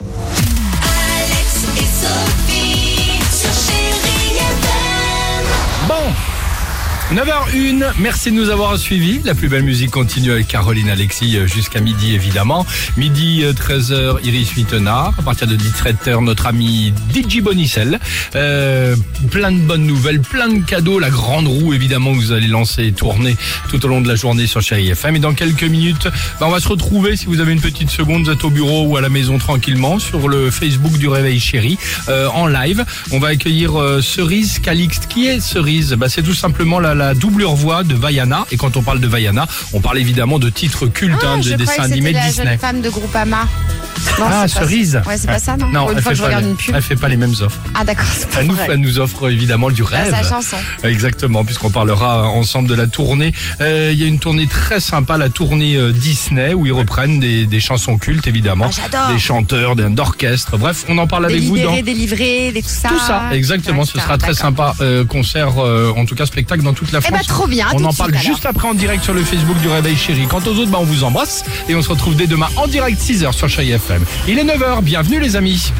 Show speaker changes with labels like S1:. S1: Alex et Sophie sur Chérie FM.
S2: Bon 9h01, merci de nous avoir suivis. La plus belle musique continue avec Caroline Alexis euh, jusqu'à midi évidemment. Midi euh, 13h, Iris Mittenard. À partir de 17h, notre ami DJ Bonicel. Euh, plein de bonnes nouvelles, plein de cadeaux. La grande roue évidemment que vous allez lancer et tourner tout au long de la journée sur Chéri FM. Et dans quelques minutes, bah, on va se retrouver si vous avez une petite seconde, vous êtes au bureau ou à la maison tranquillement sur le Facebook du Réveil Chéri euh, en live. On va accueillir euh, Cerise Calixte. Qui est Cerise bah, C'est tout simplement la, la doublure voix de Vaiana. Et quand on parle de Vaiana, on parle évidemment de titres cultes, hein,
S3: Ah, je croyais
S2: de
S3: que
S2: dessins
S3: c'était
S2: animés de
S3: la
S2: Disney.
S3: jeune femme de Groupama. Non,
S2: Ah,
S3: c'est pas ça.
S2: Cerise
S3: Ouais, c'est pas ça, non, Pour
S2: elle
S3: Une fois
S2: fait
S3: que je
S2: pas
S3: regarde
S2: les-
S3: une pub.
S2: Elle fait pas les mêmes offres.
S3: Ah, d'accord, c'est pas
S2: Elle nous,
S3: vrai.
S2: elle nous offre évidemment du
S3: Ah,
S2: rêve.
S3: sa chanson.
S2: Exactement, puisqu'on parlera euh, ensemble de la tournée. Euh, Il y a une tournée très sympa, la tournée euh, Disney, où ils reprennent des, des chansons cultes, évidemment.
S3: Ah, j'adore.
S2: des chanteurs, d'un orchestre. Bref, on en parle
S3: Des
S2: avec vous dans
S3: libérés, des livrés, des tout ça.
S2: tout ça. Exactement, ce
S3: etc.
S2: sera très
S3: D'accord.
S2: sympa. Euh, concert, euh, en tout cas spectacle dans toute la
S3: Eh
S2: France.
S3: ben, trop bien, à tout
S2: On
S3: de
S2: en
S3: suite,
S2: parle
S3: alors.
S2: juste après en direct sur le Facebook du Réveil Chéri. Quant aux autres, bah, on vous embrasse et on se retrouve dès demain en direct 6h sur Chéri FM. Il est 9h, bienvenue les amis.